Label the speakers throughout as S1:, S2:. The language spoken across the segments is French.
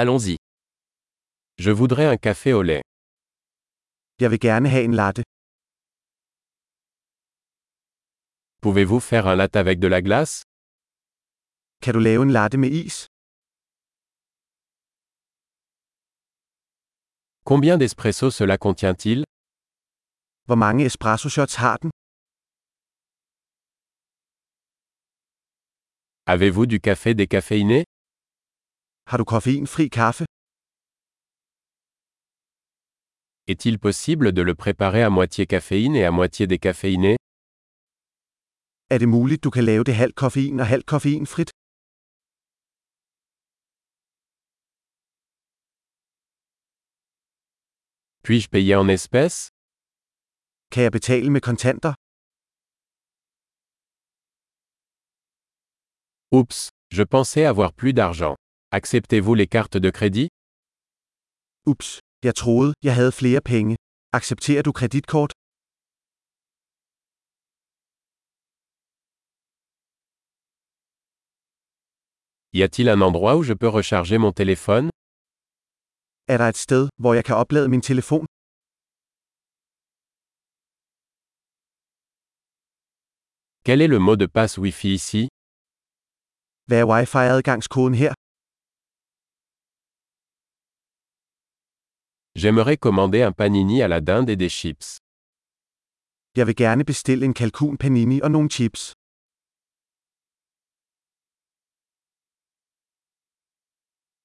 S1: Allons-y. Je voudrais un café au lait.
S2: Jeg vil gerne have en latte.
S1: Pouvez-vous faire un latte avec de la glace
S2: Kan du lave en latte med is?
S1: Combien d'espresso cela contient-il
S2: Hvor mange espresso shots har den?
S1: Avez-vous du café décaféiné
S2: Har du koffeinfri kaffe?
S1: Est-il possible de le préparer à moitié caféine et à moitié décaféiné
S2: Er det muligt, du kan lave det halv koffein og halv koffeinfrit?
S1: Puis-je payer en espèces
S2: Kan jeg betale med kontanter?
S1: Oups, je pensais avoir plus d'argent. Acceptez-vous les cartes de crédit
S2: Ups, jeg troede, jeg havde flere penge. Accepterer du kreditkort?
S1: Y a-t-il un endroit où je peux recharger mon téléphone
S2: Er der et sted, hvor jeg kan oplade min telefon?
S1: Quel est le mot de passe Wi-Fi ici
S2: Hvad er Wi-Fi-adgangskoden her?
S1: J'aimerais commander un panini à la dinde et des chips.
S2: Jeg vil gerne bestille en kalkun panini og nogle chips.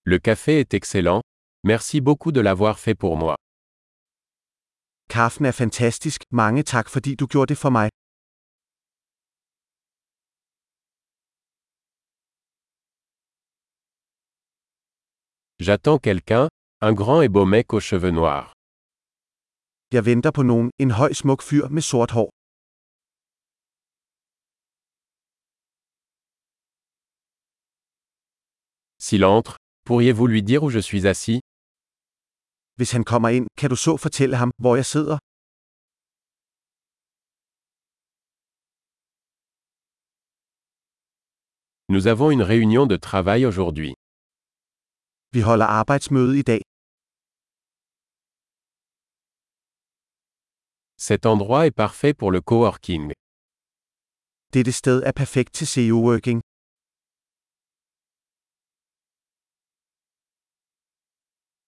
S1: Le café est excellent. Merci beaucoup de l'avoir fait pour moi.
S2: Kaffen er fantastisk. Mange tak, fordi du gjorde det for mig.
S1: J'attends quelqu'un, un grand et beau mec aux cheveux noirs.
S2: Jeg venter på nogen. En høj smuk fyr med sort hår.
S1: S'il entre, pourriez-vous lui dire où je suis assis
S2: Hvis han kommer ind, kan du så fortælle ham, hvor jeg sidder?
S1: Nous avons une réunion de travail aujourd'hui.
S2: Vi holder arbejdsmøde i dag.
S1: Cet endroit est parfait pour le coworking.
S2: Dette sted er perfekt til E CEO-working.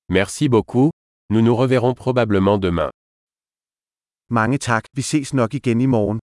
S1: Merci beaucoup, nous nous reverrons probablement demain.
S2: Mange tak, vi ses nok igen i morgen.